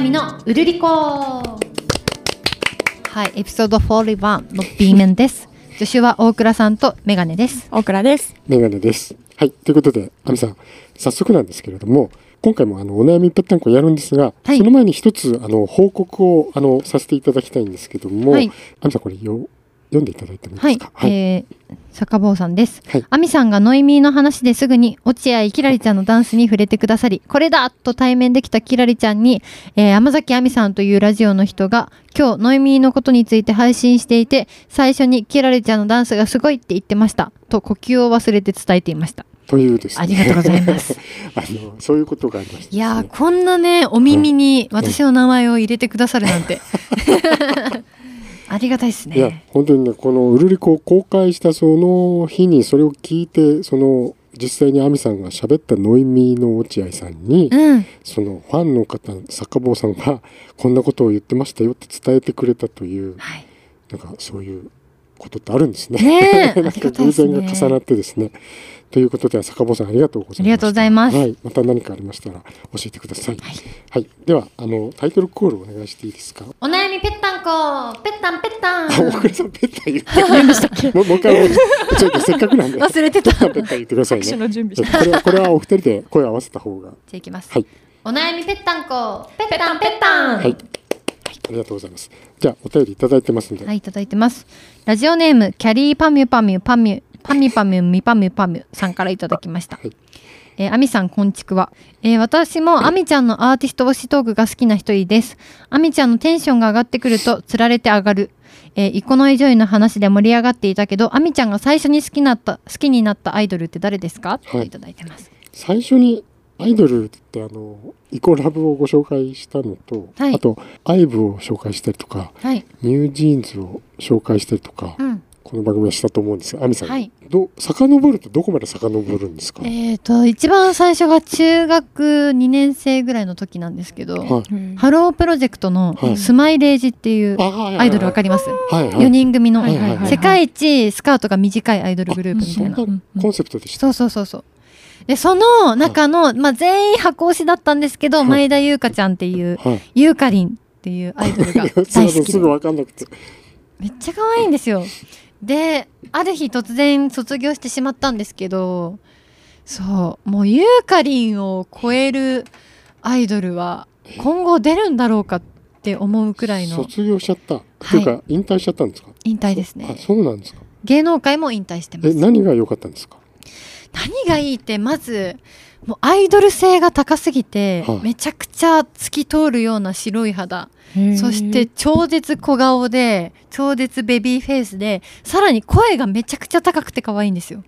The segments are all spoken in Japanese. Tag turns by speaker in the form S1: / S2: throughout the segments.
S1: みのうるりこはいエピソード41の B 面です 助手は大倉さんとメガネです
S2: 大倉です。
S3: メガネです。はい。ということで、アミさん、早速なんですけれども、今回もあのお悩みぺったんこやるんですが、
S1: はい
S3: その前に一つあの報告をあのさせていただきたいんですけども、
S1: はい
S3: アミさんこれよ読んでいただいてもいい
S1: は
S3: で
S1: い
S3: す、か。はい。
S1: えー、坂坊さんです。
S3: はい
S1: 亜美さんがノイミーの話ですぐに、落合キラリちゃんのダンスに触れてくださり、これだと対面できたキラリちゃんに、えー、天崎亜美さんというラジオの人が、今日ノイミーのことについて配信していて、最初にキラリちゃんのダンスがすごいって言ってました。と呼吸を忘れて伝えていました。
S3: というですね。
S1: ありがとうございます。
S3: あのそういうことがありました、
S1: いやー、こんなね、お耳に私の名前を入れてくださるなんて。 ありがたいです
S3: いや
S1: ね。
S3: 本当にねこの「うるりこ」を公開したその日にそれを聞いてその実際にアミさんが喋ったノイミーの落合さんに、
S1: うん。
S3: そのファンの方坂坊さんがこんなことを言ってましたよって伝えてくれたという
S1: はい。
S3: なんかそういうことってあるんですね。
S1: ねえ
S3: な
S1: あり
S3: んか
S1: がたいで
S3: 偶
S1: す
S3: 然
S1: ね
S3: が重なってですね。ということで坂本さんありがとうございました。
S1: ありがとうございます
S3: はい、また何かありましたら教えてください。はい、ではあのタイトルコールお願いしていいですか。
S1: お悩みぺったんこぺったんぺったん
S3: あ、大倉さんペッタ言って言いましたっけ。 もうもう一回ちょっとせっかくなんで。
S1: 忘れてた
S3: ペッタペッタ言ってく ださいね。
S2: 拍手の準備
S3: ちょっとこれはこれはお二人で声を合わせた方が。
S1: じゃあいきます。
S3: はい
S1: お悩みぺったんこ、ぺったんぺったん。
S3: はい。ありがとうございます。じゃあお便りいただいてますんで。
S1: はい、いただいてます。ラジオネーム、キャリーパミュパミュパミュ、パミュパミュミパミュパミュさんからいただきました。
S3: はい
S1: えー、アミさん、こんちくわ。えー私もアミちゃんのアーティスト推しトークが好きな一人です。アミちゃんのテンションが上がってくると、つられて上がる。えー、イコノイジョイの話で盛り上がっていたけど、アミちゃんが最初に好きになった、好きになったアイドルって誰ですか、
S3: はい
S1: といただいてます。
S3: 最初にアイドルってあのイコラブをご紹介したのと、
S1: はい
S3: あとアイブを紹介したりとか
S1: はい。
S3: ニュージーンズを紹介したりとか、
S1: うん。
S3: この番組はしたと思うんですが亜美さん、
S1: はい
S3: ど遡るとどこまで遡るんですか、
S1: えー、と一番最初が中学2年生ぐらいの時なんですけど、
S3: はい
S1: ハロープロジェクトの
S3: はい
S1: スマイレージっていう
S3: あはいはいはい
S1: アイドルわかります、
S3: はいはい
S1: 4人組の
S3: はいはいはい
S1: 世界一スカートが短いアイドルグループみたい
S3: そん
S1: な
S3: なコンセプトでした、
S1: そうそうそうそうでその中の、まあ、全員箱推しだったんですけど、
S3: はい
S1: 前田優香ちゃんっていう
S3: はい
S1: ゆうかりんっていうアイドルが
S3: すい
S1: 大
S3: ませ
S1: 好
S3: ん
S1: き
S3: すぐ分かんなくて
S1: めっちゃ可愛いんですよである日突然卒業してしまったんですけどそうもうユーカリンを超えるアイドルは今後出るんだろうかって思うくらいの
S3: 卒業しちゃった、というか引退しちゃったんですか
S1: 引退です
S3: あ
S1: ね
S3: そうなんですか
S1: 芸能界も引退してま
S3: え
S1: す
S3: 何が良かったんですか
S1: 何がいいってまずもうアイドル性が高すぎて、
S3: はい
S1: めちゃくちゃ透き通るような白い肌そ
S2: そ
S1: して、超絶小顔で超絶ベビーフェイスでさらに声がめちゃくちゃ高くて可愛いんですよ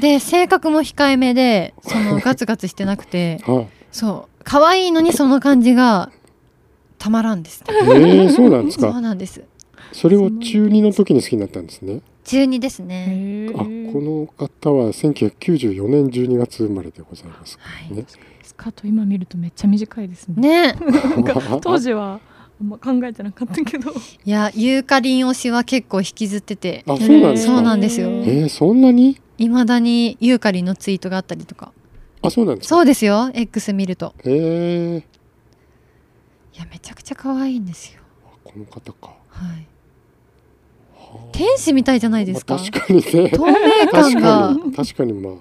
S1: で性格も控えめでそのガツガツしてなく て
S3: はい
S1: そう可愛いのにその感じがたまらんですね
S3: えー、そうなんです
S1: そう
S3: か
S1: なんです
S3: それを中2の時に好きになったんですね
S1: 中2です
S2: あ
S1: ね、
S3: あこの方は1994年12月生まれでございます。
S1: はい、
S3: ね、
S2: スカート今見るとめっちゃ短いですね。
S1: ね
S2: なんか当時はあんま考えてなかったけど。
S1: いやユーカリン推しは結構引きずってて
S3: あそうなんです
S1: そうな
S3: か。
S1: んですよ
S2: へ
S3: え
S2: ー
S3: ー、そんなに
S1: いまだにユーカリンのツイートがあったりとか
S3: あそうなんですか。
S1: そうですよ X 見ると
S3: えー、
S1: いやめちゃくちゃ可愛いんですよ
S3: あこの方か。
S1: はい
S3: はあ
S1: 天使みたいじゃないですか
S3: まあ確かにね。
S1: 透明感が
S3: 確かに確かにまあ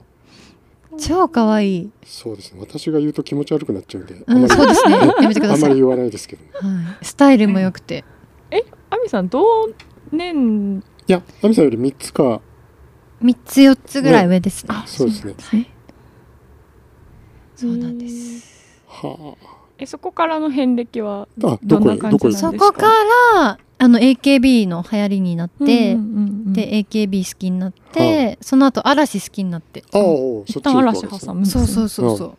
S1: 超可愛い。
S3: そうですね。私が言うと気持ち悪くなっちゃうんで。
S1: うん、そうですね。やめてく
S3: あ
S1: だ
S3: んま
S1: さ
S3: り
S1: い。
S3: 言わないですけど。い
S1: はい、スタイルも良くて。
S2: アミさん同年
S3: や、アミさんより3つか。
S1: 三つ四つぐらい上ですね。
S3: そうですね。
S1: はい。そうなんです。
S3: はあ。
S2: えそこからの遍歴は
S3: あ
S2: ど
S3: ど
S2: ん
S3: こ
S2: な
S3: へ
S2: 感
S3: ど
S2: じ
S3: こへ
S2: なんですか
S1: そ。こから、あの AKB の流行りになって、
S2: うんうんうんうん、
S1: で AKB 好きになって、その後嵐好きになって。
S3: ああ、おう
S2: 一
S3: そっち
S2: 旦
S3: 行くわ
S2: 嵐
S3: けです
S2: 挟
S3: ね。
S2: むんです
S1: そ
S2: ね。
S1: うそうそうそう。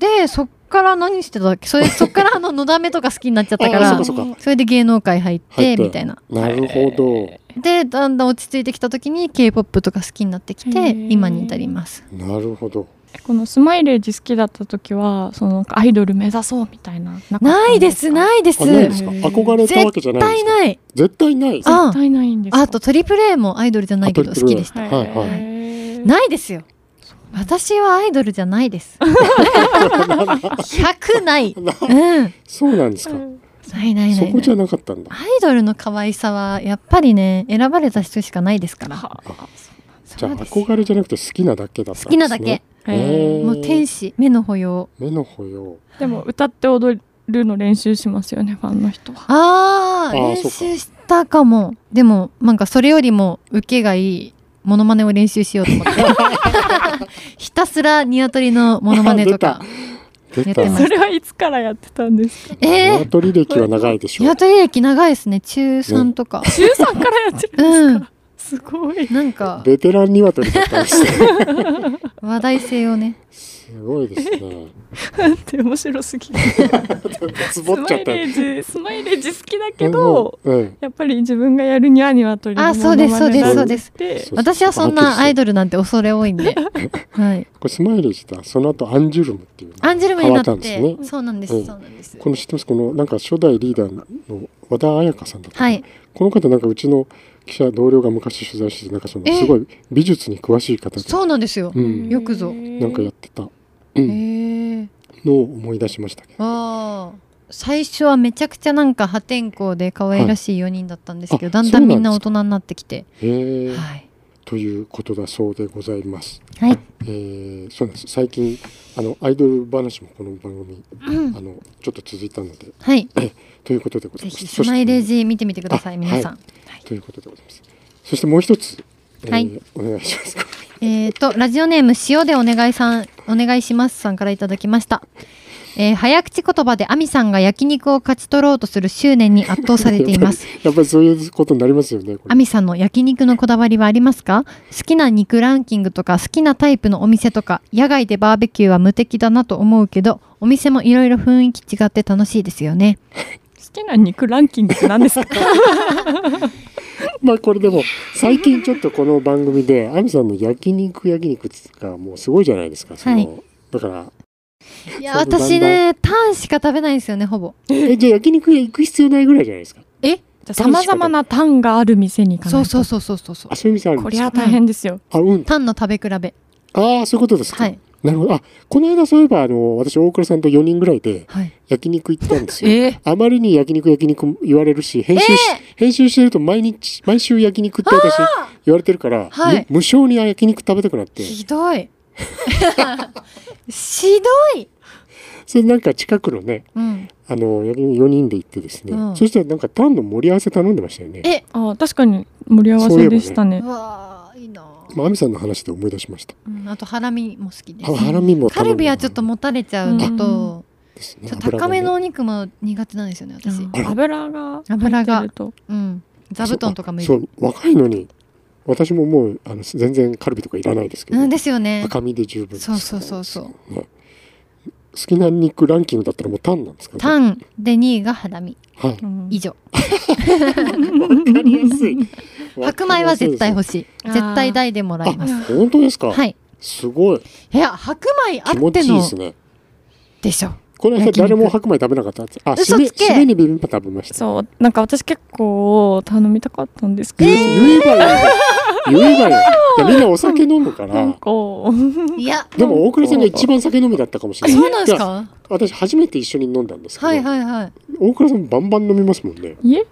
S1: で、そっから何してたっけそれ、そっからあの、のだめとか好きになっちゃったか
S3: あ
S1: ら
S3: あ、そっかそっか。
S1: それで芸能界入っ
S3: 入
S1: て、
S3: って
S1: みたいな。
S3: なるほど。
S1: でだんだん落ち着いてきた時に k p o p とか好きになってき
S2: へ
S1: て
S2: ー
S1: 今に至ります
S3: なるほど。
S2: このスマイレージ好きだった時はそのなんかアイドル目指そうみたいな
S1: ないです
S2: い
S1: ないです
S3: あないですか。
S2: へえ
S3: 憧れたわけじゃ
S1: 絶
S3: ない
S1: 対
S3: んですか。
S1: ない
S3: 絶対ない。
S1: あ
S2: 絶対ないんですか
S1: あとトリプル A もアイドルじゃないけど
S3: あ
S1: 好きでした
S3: はいはい
S2: い
S1: ないですよ私はアイドルじゃない です。100ない。 うん。
S3: そうなんですか、
S1: ないないな
S3: そ
S1: い
S3: こ
S1: ない
S3: じゃなかったんだ
S1: アイドルの可愛さはやっぱりね選ばれた人しかないですから。
S3: じ
S1: そ
S3: ゃあ
S1: うですよ
S3: 憧れじゃなくて好きなだけだったんです、ね、
S1: 好きなだけ。
S2: え
S3: へー
S1: もう天使目の保養。
S3: 目の保養
S2: でも歌って踊るの練習しますよねファンの人は。
S1: ああ
S3: あー
S1: 練
S3: そうか
S1: 習したかもでもなんかそれよりも受けがいいモノマネを練習しようと 思ってひたすらニワトリのモノマネとか
S3: 出
S1: 出
S3: た
S1: てま
S2: それはいつからやってたんですか。
S1: え
S3: ニワ
S1: ー、
S3: トリ歴は長いでし
S1: ニ
S3: ょ
S1: ワトリ歴長いですね中3とか、
S2: 中三からやってるんですか。
S1: うん
S2: すごい。
S1: なんか
S3: ベテランニワトリだったんです ね
S1: 話題性をね
S3: すごいですね
S2: なんて面白すぎる。
S3: つ
S2: ス
S3: ぼっ
S2: マ
S3: ちゃっ
S2: イ
S3: た
S2: レージスマイレージ好きだけど。
S3: うんうん
S2: やっぱり自分がやるにはニワトリの
S1: あそうです
S2: モノマネ
S3: そうです
S2: なんて
S3: そう
S1: 私はそんなアイドルなんて恐れ多いんで、はい、
S3: これスマイレージだその後アンジュルムっていうの
S1: アンジュルムになって、
S3: 変わったんですね
S1: そうなんです、
S3: うん
S1: そうなんです
S3: この知ってますこのなんか初代リーダーの和田彩香さんだったかな、
S1: はい
S3: この方なんかうちの記者同僚が昔取材しててなんかその
S1: え
S3: すごい美術に詳しい方で、
S1: そうなんですよ、
S3: うん、
S1: よくぞ
S3: なんかやってた、うん、
S1: へえ
S3: のを思い出しましたけど
S1: ああ最初はめちゃくちゃなんか破天荒で可愛らしい4人だったんですけど、
S3: はい
S1: だんだんみんな大人になってきて、
S3: へー
S1: はい、
S3: ということだそうでございます、
S1: はい
S3: えーそうなんです最近あのアイドル話もこの番組、
S1: うん
S3: あのちょっと続いたので
S1: はい、
S3: ということでござ
S1: ぜ
S3: いま
S1: ひ
S3: す
S1: スマイレー
S3: そし
S1: ジ見てみてください
S3: あ
S1: 皆さん、
S3: はてということでございますそしてもう一つ、えー
S1: はい
S3: お願いします
S1: えっ、とラジオネーム塩でお願いさんお願いしますさんからいただきました、えー早口言葉でアミさんが焼肉を勝ち取ろうとする執念に圧倒されています
S3: やっぱりそういうことになりますよねこれ
S1: アミさんの焼肉のこだわりはありますか好きな肉ランキングとか好きなタイプのお店とか野外でバーベキューは無敵だなと思うけどお店もいろいろ雰囲気違って楽しいですよね
S2: 好きな肉ランキングって何 ですか
S3: まあこれでも最近ちょっとこの番組でアミさんの焼肉焼肉っていうかもうすごいじゃないですかその、
S1: はい
S3: だから
S1: い
S3: や
S1: や私ねタンしか食べないんですよねほぼ
S3: えじゃあ焼肉屋行く必要ないぐらいじゃないですか
S2: さまざまなタンがある店に行か
S1: そ
S2: ないうと
S1: そうそうそうそうそう
S3: あそういう店あるん
S2: こ
S3: です
S2: りゃ
S3: か
S2: 大変ですよ、
S3: あうん
S1: タンの食べ比べ
S3: ああそういうことですか、
S1: はい
S3: なるほどあこの間そういえばあの私大倉さんと4人ぐらいで
S1: はい
S3: 焼肉行ったんですよ
S1: え
S3: あまりに焼肉焼肉言われるし編集し、編集してると毎日毎週焼肉って私言われてるから、
S1: はい
S3: む無性に焼肉食べたくなって
S1: ひど いひどい
S3: それなんか近くのね
S1: うん
S3: あの焼肉4人で行ってですね、
S1: うん
S3: そしたらなんかタンの盛り合わせ頼んでましたよね
S1: え
S2: あ確かに盛り合わせでしたね
S1: うわーいいなあ、
S3: まあ、亜美さんの話で思い出しました。
S1: うん、あとハラミも好きで
S3: あ
S1: す
S3: ハラミも
S1: カ
S3: 頼む
S1: ルビはちょっともたれちゃうのと、
S3: ですね
S1: ちょっと
S3: 油が
S1: 高め
S3: ね
S1: のお肉も苦手なんですよね私、
S2: うん油が入ってると
S1: うん、座布団とかもい
S3: そ
S1: る
S3: う若いのに私ももうあの全然カルビとかいらないですけど、
S1: うんですよね
S3: 赤身で十分です、
S1: そうそうそうそう
S3: ね好きな肉ランキングだったらもうタンなんですかね
S1: タンで2位がハラミ
S3: はい
S2: うん
S1: 以上
S3: わかりやすい
S1: 白米は絶対欲しい
S2: あー
S1: 絶対大でもらいます
S3: あ本当ですか、
S1: はい
S3: すごい
S1: いや白米あ
S3: 気持
S1: っ
S3: ち
S1: て
S3: いいで
S1: の
S3: すね
S1: でしょ
S3: この間
S1: 焼肉
S3: 誰も白米食べなかったあ
S1: 嘘
S3: 締め
S1: つけ
S3: 締めにビビンパ食べました
S2: そうなんか私結構頼みたかったんですけど、
S3: 言えばいいの言えばいいのいやみんなお酒飲むか
S2: なん
S3: ら
S2: か
S1: いや
S3: でも大倉さんが一番酒飲みだったかもしれない
S1: そうなんです
S3: いや
S1: か
S3: 私初めて一緒に飲んだんですけど、
S1: はいはいはい
S3: 大倉さんバンバン飲みますもんね
S2: 家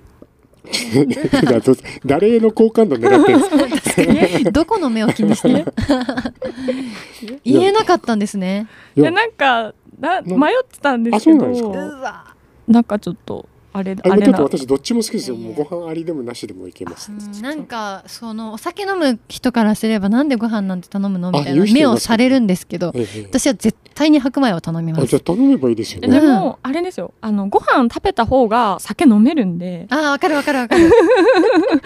S3: だと誰への好感度狙ってるんですか
S1: どこの目を気にしてる言えなかったんですね
S3: い
S2: い
S3: や
S2: やなんかな迷
S3: な
S2: ってたんですけ
S3: あそう
S2: ど
S3: な
S1: わ
S2: なんかちょっとあれ
S3: あ
S2: あ
S3: もう
S2: れ
S3: ちょっと
S2: な
S3: 私どっちも好きですよ
S1: いや
S3: も
S1: いうや
S3: ご飯ありでもなしでもいけます
S1: うんなんかそのお酒飲む人からすればなんでご飯なんて頼むのみたい
S3: あ言
S1: な
S3: う人い
S1: 目
S3: ます
S1: をされるんですけど
S3: ええ
S1: 私は絶対に白米を頼みま
S3: あじ
S1: す
S3: ゃあ頼めばいいですよ
S2: で
S3: ね
S2: も、あれですよあのご飯食べた方が酒飲めるんで
S1: あーわかるわかるわかる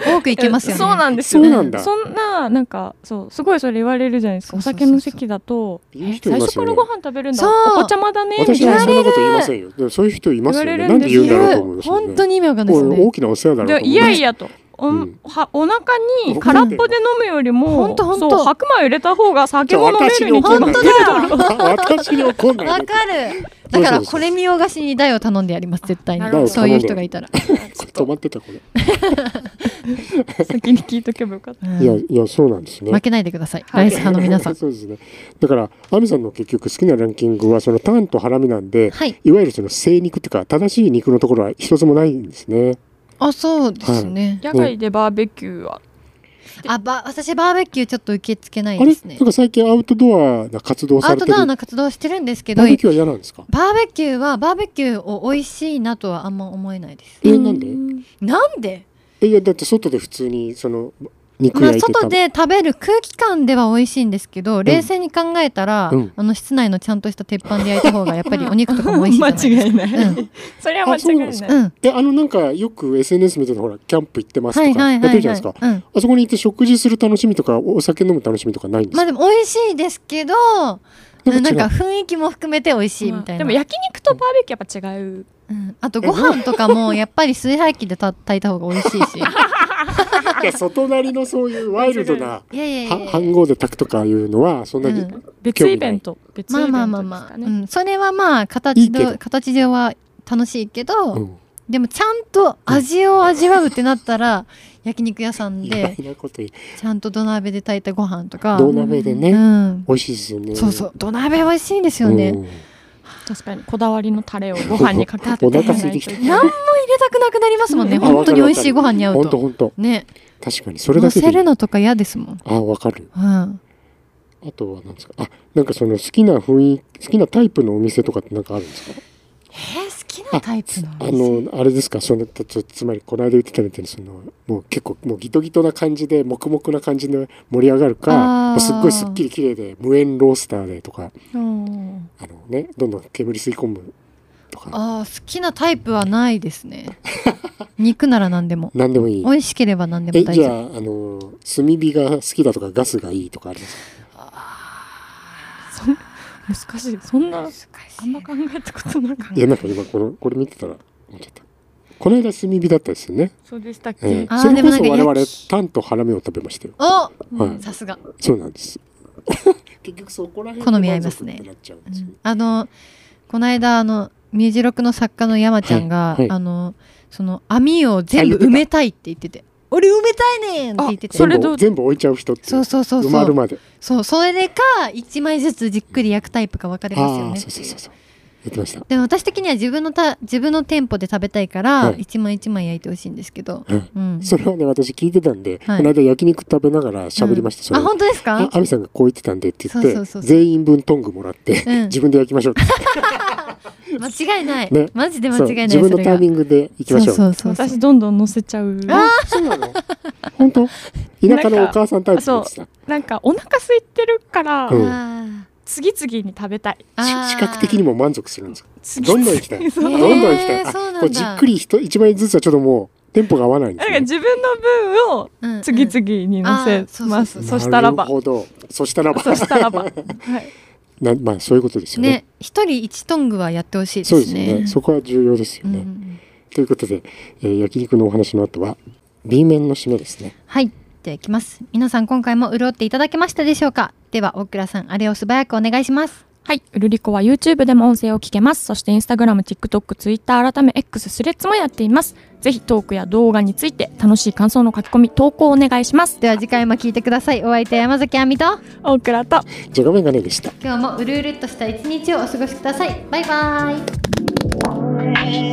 S1: 多くいけますよね
S2: そうなんです
S3: そ
S2: よ
S3: うなんだ
S2: そんななんかそうすごいそれ言われるじゃないですか
S1: そう
S2: お
S1: そうそう
S2: 酒の席だと
S3: 言う人い
S2: 最
S3: ます
S2: 初
S3: よ
S2: か
S3: ね
S2: らご飯食べるんだ
S1: そう
S2: お子ちゃまだねみた
S3: 私
S2: い
S3: は
S2: な
S3: そんなこと言いませんよでもそういう人いますよね
S2: 言わ
S3: な
S2: れる
S3: ん
S2: ん
S3: で
S2: です
S3: 言
S2: よ
S3: うんだろうと思いますよね
S1: 本当に意味わかんないですよ
S3: おい
S1: ね
S3: 大きなお世話だろう
S2: で
S3: と思
S2: い
S3: いま
S2: や
S3: す
S2: いやとお,、
S3: うん
S2: はお腹に空っぽで飲むよりも、
S1: ほんとほんと
S2: そう白米を入れた方が酒も飲めるに決まってるだろう。
S3: 私に怒んな
S1: わ
S3: い
S1: か
S3: で
S1: るだからこれ見よがしに台を頼んでやります絶対
S2: なるほ
S1: に
S2: ど
S1: そういう人がいたら、
S3: こ れ止まってたこれ、
S2: 先に聞いとけばよかった。
S1: うん
S3: いやいやそうなんですね
S1: 負けないでください、
S2: はい
S1: ライス派の皆さん
S3: そうですねだから亜美さんの結局好きなランキングはそのタンとハラミなんで、
S1: はい
S3: いわゆるその精肉っていうか正しい肉のところは一つもないんですね。
S1: あそうですね、
S2: 野外でバーベキューは、
S1: あば私バーベキューちょっと受け付けない
S3: あ
S1: で
S3: れ
S1: すね
S3: とか最近アウトドアな活動
S1: ア
S3: さ
S1: ウ
S3: れ
S1: ト
S3: てる
S1: ドアな活動してるんですけど
S3: バ
S1: バ
S3: ー
S1: ー
S3: ベキューは嫌なんですか
S1: ベキューはバーベキューを美味しいなとはあんま思えないです
S3: えなんで
S1: なんで、
S3: えいやだって外で普通にその肉
S1: まあ、
S3: 焼いて
S1: 外
S3: 食べ
S1: で食べる空気感では美味しいんですけど冷静に考えたら、
S3: うん
S1: あの室内のちゃんとした鉄板で焼いた方がやっぱりお肉とかも美味しいじ
S2: 間
S1: ゃないですか
S2: 違いない。
S1: うん
S2: それは間
S3: あそう
S2: 違い
S3: なん
S2: ない
S3: で す。
S1: うん
S3: えあのなんかよく SNS 見ててほらキャンプ行ってます
S1: は
S3: と
S1: い
S3: か
S1: はい
S3: やって
S1: は
S3: る
S1: い
S3: じゃ
S1: は
S3: な
S1: い
S3: いですか
S1: うん
S3: あそこに行って食事する楽しみとかお酒飲む楽しみとかないんです
S1: まあ
S3: か、
S1: でも美味しいですけど、
S3: 違
S1: う
S3: うん
S1: なんか雰囲気も含めて美味しいみたいな。
S2: でも焼肉とバーベキューやっぱ違う。
S1: うんあとご飯とかもやっぱり炊飯器でた炊いた方が美味し いし。
S3: いや外なりのそういうワイルドない
S1: やいやいや
S3: は飯合で炊くとかいうのはそんなに、
S1: うん
S2: 別イベント。別イ
S1: ま
S2: ベ
S1: あ
S2: ントですかね。
S1: まあまあまあ、うん、それはまあ
S3: い
S1: 形
S3: いけど
S1: で形では楽しいけど、
S3: うん
S1: でもちゃんと味を味わうってなったら焼肉屋さん
S3: 意
S1: で
S3: 外なこと言う
S1: ちゃんと土鍋で炊いたご飯とか、
S3: 土鍋でね、
S1: うん、
S3: 美味しいですよね
S1: そうそう土鍋美味しいんですよね。
S3: うん
S2: 確かにこだわりのタレをご飯にかけて
S3: お腹空いてきた
S2: 食べな
S1: 何
S2: い
S1: も入れたくなくなりますもんね、
S2: うん
S1: 本当に美味しいご飯に合う
S3: ほ
S1: ん
S3: と
S1: と。
S3: ほんと
S1: ね、
S3: 確かにそれだ
S1: 乗
S3: け
S1: せ
S3: で
S1: るのとか嫌ですもん。
S3: あわかる
S1: うん、
S3: あとは何ですかあなんかその好きな雰囲気好きなタイプのお店とかってなんかあるんですか
S1: えー、好きなタイプの
S3: あのあれですかそのつつまりこの間言ってたみたいにそのもう結構もうギトギトな感じで黙々な感じで盛り上がるか
S1: あー
S3: もうすっごいすっきり綺麗で無縁ロースターでとか
S2: うん
S3: あのねどんどん煙吸い込むとか
S1: あー好きなタイプはないですね 肉なら何でも
S3: 何でもいい
S1: 美味しければ何でも
S3: え
S1: 大
S3: じゃ
S1: 丈夫
S3: ああの炭火が好きだとかガスがいいとかありますか
S2: そん難しい。そんなあんま考えたことなかっ
S3: い
S2: た。
S3: やなんか今これこれ見てたら思っちゃったこの間炭火だったですよね、
S2: そうでしたっけ。
S3: ええ
S1: あー
S3: それこ
S1: で
S3: そ
S1: も
S3: 我
S1: なんか
S3: 々
S1: 焼き
S3: タンとハラミを食べましたよ
S1: お
S3: はい
S1: さすが、
S3: そうなんです結局そこら辺で
S1: 好み合いますね
S3: 満足ってなっちゃうん
S1: う
S3: ですよね
S1: ん、あのこの間あのミュージロクの作家の山ちゃんが、
S3: はいはい
S1: あのその網を全部埋めたいって言ってて俺埋めたいねんって言ってて
S2: あそれ
S3: 全部
S2: どう
S3: 全部置いちゃう人っていう
S1: そうそうそう
S3: 埋ま
S1: そ
S3: る
S1: う
S3: まで
S1: そうそれでか一枚ずつじっくり焼くタイプか分かれますよ
S3: ああ
S1: ね
S3: そうそうそうそうやってました
S1: でも私的には自分のた自分の店舗で食べたいから、
S3: はい
S1: 一枚一枚焼いてほしいんですけど、
S3: うん
S1: うん、
S3: それはね私聞いてたんで、
S1: はい
S3: この間焼肉食べながら喋りました、
S1: あ
S3: それ
S1: 本当ですか
S3: あ亜美さんがこう言ってたんでって言って
S1: そうそうそうそう
S3: 全員分トングもらって、
S1: うん
S3: 自分で焼きまし ょうって
S1: 間違いない、
S3: ね
S1: マジで間
S3: そう
S1: 違いない
S3: 自分のタイミ
S1: ング
S3: ングで行きましょう
S1: そうそうそうそ
S2: 私
S1: う
S2: どんどん乗せちゃう。
S3: あそうなの本当田舎のお母さんタイプって言ってた
S2: なんかお腹空いてるから、
S3: うん
S1: あ
S2: 次々に食べたい。
S1: ーあー
S3: し視覚的にも満足するん ですよ
S2: 次
S3: どん
S2: 々
S3: どん行きた い、
S2: そう
S3: どんどん行きたい
S1: へーそうな
S3: あ
S1: んだ
S3: こうじっくり一一枚ずつはちょっともうテンポが合わないんで
S2: な
S3: す
S2: んか
S3: ね
S2: 自分の分を
S1: うんうん
S2: 次々に乗
S1: あー
S2: せ
S1: そうそ
S2: ま
S1: うそ
S2: す。
S1: う
S2: そしたらば
S3: なる。ほどそしたらば
S2: そしたらば。はい。
S3: なまあそういうことですよね
S1: ね一人一トングはやってほしいで
S3: そうですす
S1: ね
S3: ねそこは重要ですよね、
S1: うんうんうん
S3: ということで、えー焼肉のお話の後は B 面の締めですね
S1: はいではいきます皆さん今回も潤っていただけましたでしょうかでは大倉さんあれを素早くお願いします
S2: はい。ウルリコは YouTube でも音声を聞けます。そして Instagram、TikTok、Twitter、改め X、スレッズもやっています。ぜひトークや動画について楽しい感想の書き込み、投稿お願いします。
S1: では次回も聞いてくださいお相手は山崎亜美と
S2: 大倉と。
S3: じゃがめがねでした
S1: 今日もうるうるっとした一日をお過ごしくださいバイバイ